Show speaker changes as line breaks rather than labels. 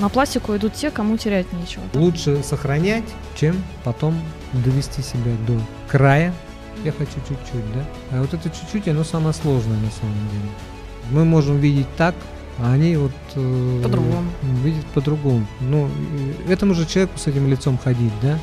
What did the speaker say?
На пластику идут те, кому терять нечего.
Лучше сохранять, чем потом довести себя до края. Я хочу чуть-чуть, да? А вот это чуть-чуть, оно самое сложное на самом деле. Мы можем видеть так, а они вот... э,
По-другому.
Видят по-другому. Но э, этому же человеку с этим лицом ходить, да?